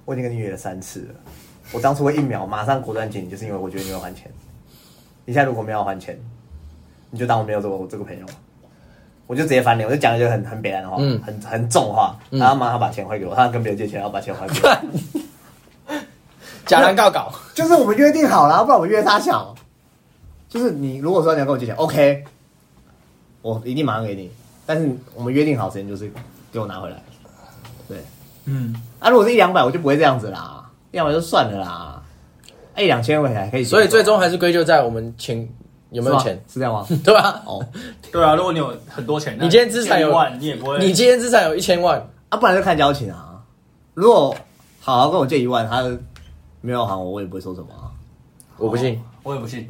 我已经跟你约了三次了，我当初会一秒马上果断接你，就是因为我觉得你有还钱，你现在如果没有还钱，你就当我没有这个我这个朋友，我就直接翻脸，我就讲一句很很北兰的话，
嗯
很很重的话，然后马上把钱还给我，他跟别人借钱，然后把钱还给我，
假兰告稿，
就是我们约定好了，不然我约他小，就是你如果说你要跟我借钱，OK，我一定马上给你，但是我们约定好时间就是给我拿回来，对。
嗯，
啊，如果是一两百，我就不会这样子啦，一两百就算了啦，啊一两千回来可以接受，
所以最终还是归咎在我们钱有没有
是
钱
吗，是这样吗？
对吧？
哦，
对啊。如果你有很多钱，那
你今天资产有
一万，你也不会，
你今天资产有一千万，
啊，不然就看交情啊。如果好好跟我借一万，他没有还我，我也不会说什么啊、
我不信，
我也不信，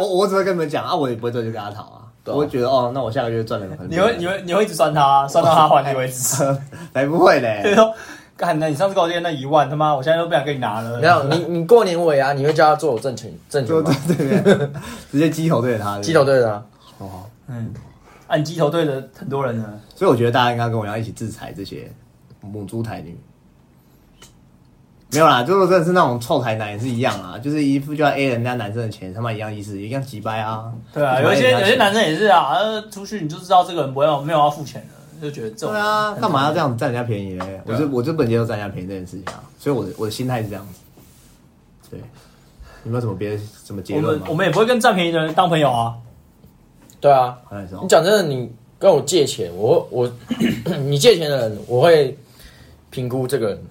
我我只会跟你们讲啊，我也不会再去跟他讨啊，
对啊
我会觉得哦，那我下个月赚了 很多，
你会你会你会一直算他，算到他还你为 止。
才不会
所以
嘞，
说，干，那你上次跟我借那一万，他妈，我现在都不想跟你拿了。
没有你你过年尾啊，你会叫他做我挣钱挣钱
就
吗？
对对对， 直接鸡头对着他，
鸡头，对的啊，
哦，
嗯，按鸡头队的很多人呢，
所以我觉得大家应该跟我一样一起制裁这些母猪台女。没有啦，就是真的是那种臭台男也是一样啊，就是一副就要 A 人家男生的钱，他妈一样意思，一样几掰啊。
对啊，
一
有
样
一些
拿
有
钱
些男生也是啊，呃出去你就知道这个人不要没有要付钱的，就觉得这种
对啊，干嘛要这样子占人家便宜嘞？
对
我
啊
就我就本接受占人家便宜这件事情啊，所以我的我的心态是这样子。对，有没有什么别的什么结
我
论
们
吗？
我们也不会跟占便宜的人当朋友啊。
对啊，
好像是哦
你讲真的，你跟我借钱，我我你借钱的人，我会评估这个人，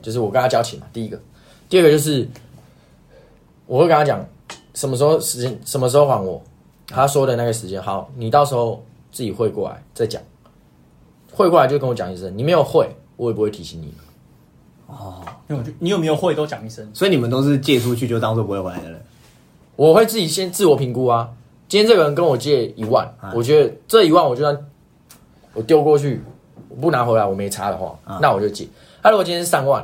就是我跟他交情嘛。第一个，第二个就是我会跟他讲什么时候时间，什么时候还我，他说的那个时间。好，你到时候自己汇过来再讲，汇过来就跟我讲一声。你没有汇，我也不会提醒你。
因为我就你有没有会都讲一声，
所以你们都是借出去就当做不会回来的人。
我会自己先自我评估啊。今天这个人跟我借一万
啊，
我觉得这一万我就算我丢过去，我不拿回来，我没差的话，
啊
那我就借。他、如果今天是三万，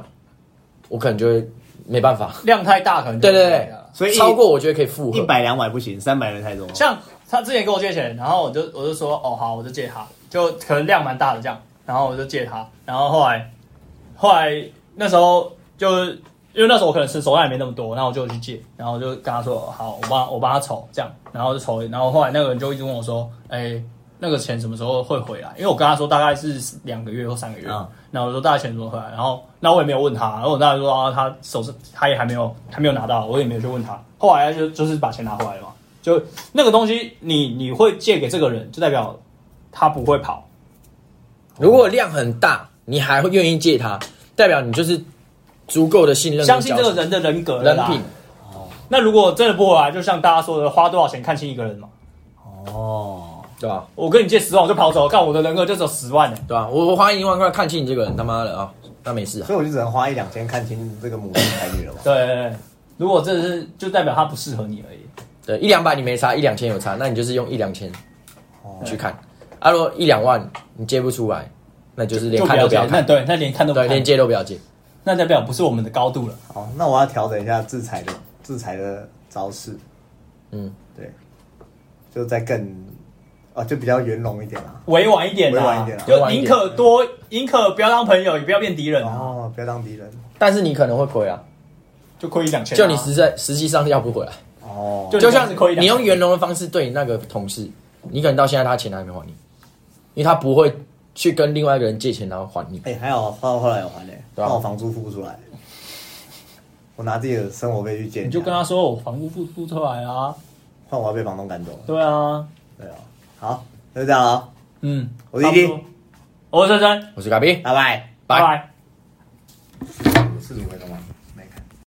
我可能就会没办法。
量太大可能就
对对
不会
对
啊，
所以
超过我觉得可以复
一
合。
百两百不行，三百人太多。
像他之前跟我借钱，然后我就我就说哦好，我就借他，就可能量蛮大的这样，然后我就借他，然后后来后来那时候就因为那时候我可能是手上也没那么多，然后我就去借，然后我就跟他说哦好，我帮我帮他筹这样，然后就筹，然后后来那个人就一直问我说，哎、那个钱什么时候会回来？因为我跟他说大概是两个月或三个
啊
月，
嗯
然后我说大概钱怎么回来？然后那我也没有问他，然后我当时说啊，他手上他也还没有还没有拿到，我也没有去问他。后来就就是把钱拿回来了嘛，就那个东西你你会借给这个人，就代表他不会跑。
如果量很大，你还会愿意借他，代表你就是足够的信任跟交
相信
情，
这个人的人格了
人
啦
品。
那如果真的不回来，就像大家说的，花多少钱看清一个人嘛。
哦，
对吧、
我跟你借十万，我就跑走，看我的人格就只有十万呢、
对吧、我我花一万块看清你这个人，他妈的啊，那没事啊。
所以我就只能花一两千看清这个母猪台女了嘛。
对对对，如果真的是就代表他不适合你而已。
对，一两百你没差，一两千有差，那你就是用一两千
哦
去看。啊，如果一两万你借不出来，那就是连
就不
看都
要
不
讲
要，
那
看，
对，那连看都不
对，连
看，
借都不要借。
那代表不是我们的高度了。
好，那我要调整一下制裁的制裁的招式，
嗯，
对，就再更啊，就比较圆融一点啦。
委婉一点
委婉
啦
一点啊，
就宁可多，宁可不要当朋友，也不要变敌人啊，
哦，不要当敌人
但是你可能会亏啊，
就亏一两千啊。
就你实在实际上要不回来。
哦，
就
就像
你亏一两千
你用圆融的方式对你那个同事，你可能到现在他钱还没还你，因为他不会去跟另外一个人借钱然后还你。
哎、还好到后来有还嘞、
对啊
但我房租付不出来，我拿自己的生活费去借人
你
家，
就跟他说我房租付不出来啊，
换我要被房东赶走了，
对啊，
对啊，好，那就这样了，
嗯，
我是一
差不多，我是珊珊，
我是嘎比，
拜拜。
拜
拜。
拜。
是主回的吗？